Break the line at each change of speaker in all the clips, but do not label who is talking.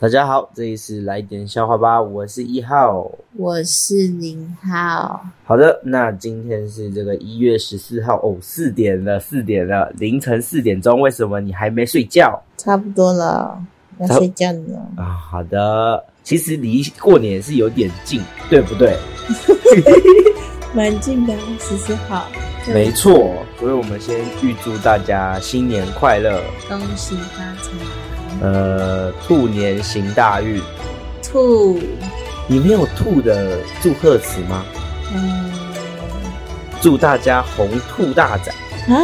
大家好，这里是来点笑话吧，我是一号。
我是宁浩，
好的，那今天是这个一月十四号哦，四点了，四点了，凌晨四点钟，为什么你还没睡觉
差不多了，要
差不
睡觉了。
啊？好的，其实离过年是有点近，对不对？
蛮近的，十四号。
没错，所以我们先预祝大家新年快乐，
恭喜发财，
呃，兔年行大运。
兔，
你没有兔的祝贺词吗？
嗯，
祝大家红兔大展，
啊，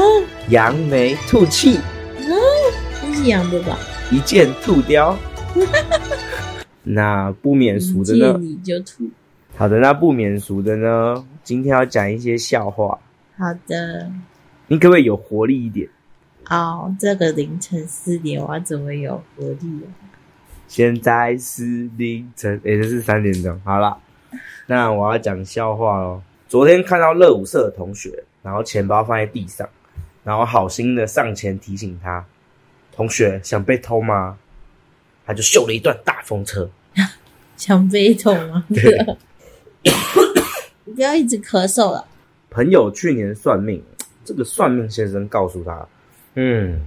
扬眉吐气，
那是羊对吧？
一箭兔雕。那不免俗的呢
见？你就吐。
好的，那不免俗的呢？今天要讲一些笑话，
好的，
你可不可以有活力一点？
哦，这个凌晨四点我要怎么有活力啊？
现在是凌晨，也、就是三点钟。好啦，那我要讲笑话喽。昨天看到热舞社的同学，然后钱包放在地上，然后好心的上前提醒他：“同学想被偷吗？”他就秀了一段大风车。
想被捅吗？
对，
你啊不要一直咳嗽啊了。
朋友去年算命，这个算命先生告诉他：“嗯，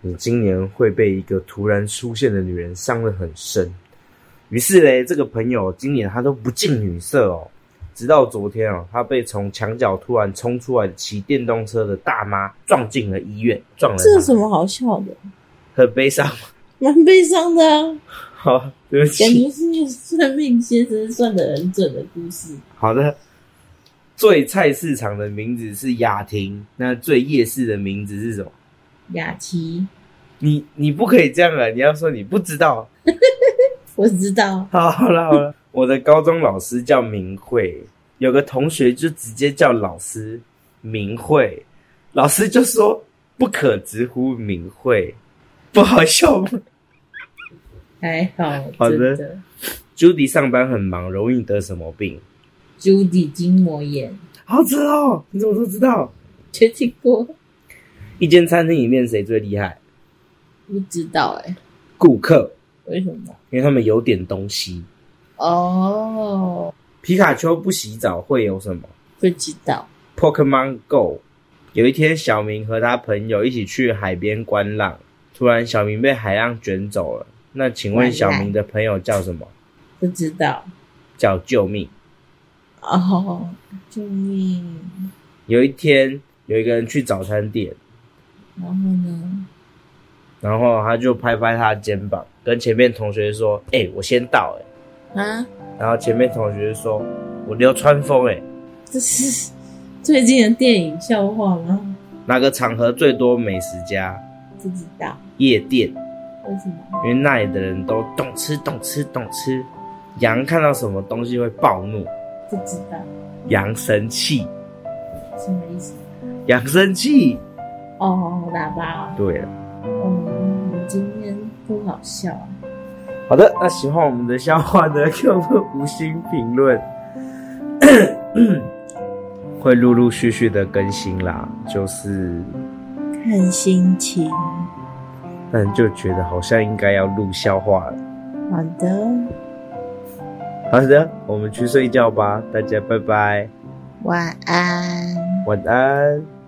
你今年会被一个突然出现的女人伤得很深。”于是嘞，这个朋友今年他都不近女色哦，直到昨天哦，他被从墙角突然冲出来骑电动车的大妈撞进了医院，撞了他
这有什么好笑的？
很悲伤。
蛮悲伤的啊，
好， 对不
感
起。
觉是算命先生算的很准的故事。
好的，最菜市场的名字是雅婷，那最夜市的名字是什么？
雅琪，
你你不可以这样啊！你要说你不知道。
我知道，
好好了好了，我的高中老师叫明慧，有个同学就直接叫老师明慧，老师就说不可直呼明慧，不好笑吗？
还好，
好的
真的。
Judy 上班很忙，容易得什么病？
朱迪筋膜炎，
好吃哦！你怎么都知道？
确定过？
一间餐厅里面谁最厉害？
不知道哎、
顾客，
为什么？
因为他们有点东西。
哦，
皮卡丘不洗澡会有什么？
不知道。
Pokemon Go。有一天，小明和他朋友一起去海边观浪，突然小明被海浪卷走了。那请问小明的朋友叫什么？
不知道
叫救命！
哦，救命！
有一天，有一个人去早餐店，
然后呢？
然后他就拍拍他的肩膀，跟前面同学说：“哎、我先到、欸。
啊，”
然后前面同学就说：“我流川枫。”哎，
这是 最近的电影笑话吗？
哪个场合最多美食家？
不知道
夜店，
为什么？
因为那里的人都懂吃懂吃懂吃。羊看到什么东西会暴怒？
不知道
扬声器，
什么意思？
扬声器。
哦，喇叭。
对了，
嗯，我今天不好笑啊。
好的，那喜欢我们的笑话呢， 给我们五星评论， 会陆陆续续的更新啦。就是，
看心情。
但就觉得好像应该要录笑话了。
好的，
好的，我们去睡觉吧，大家拜拜，
晚安。
晚安。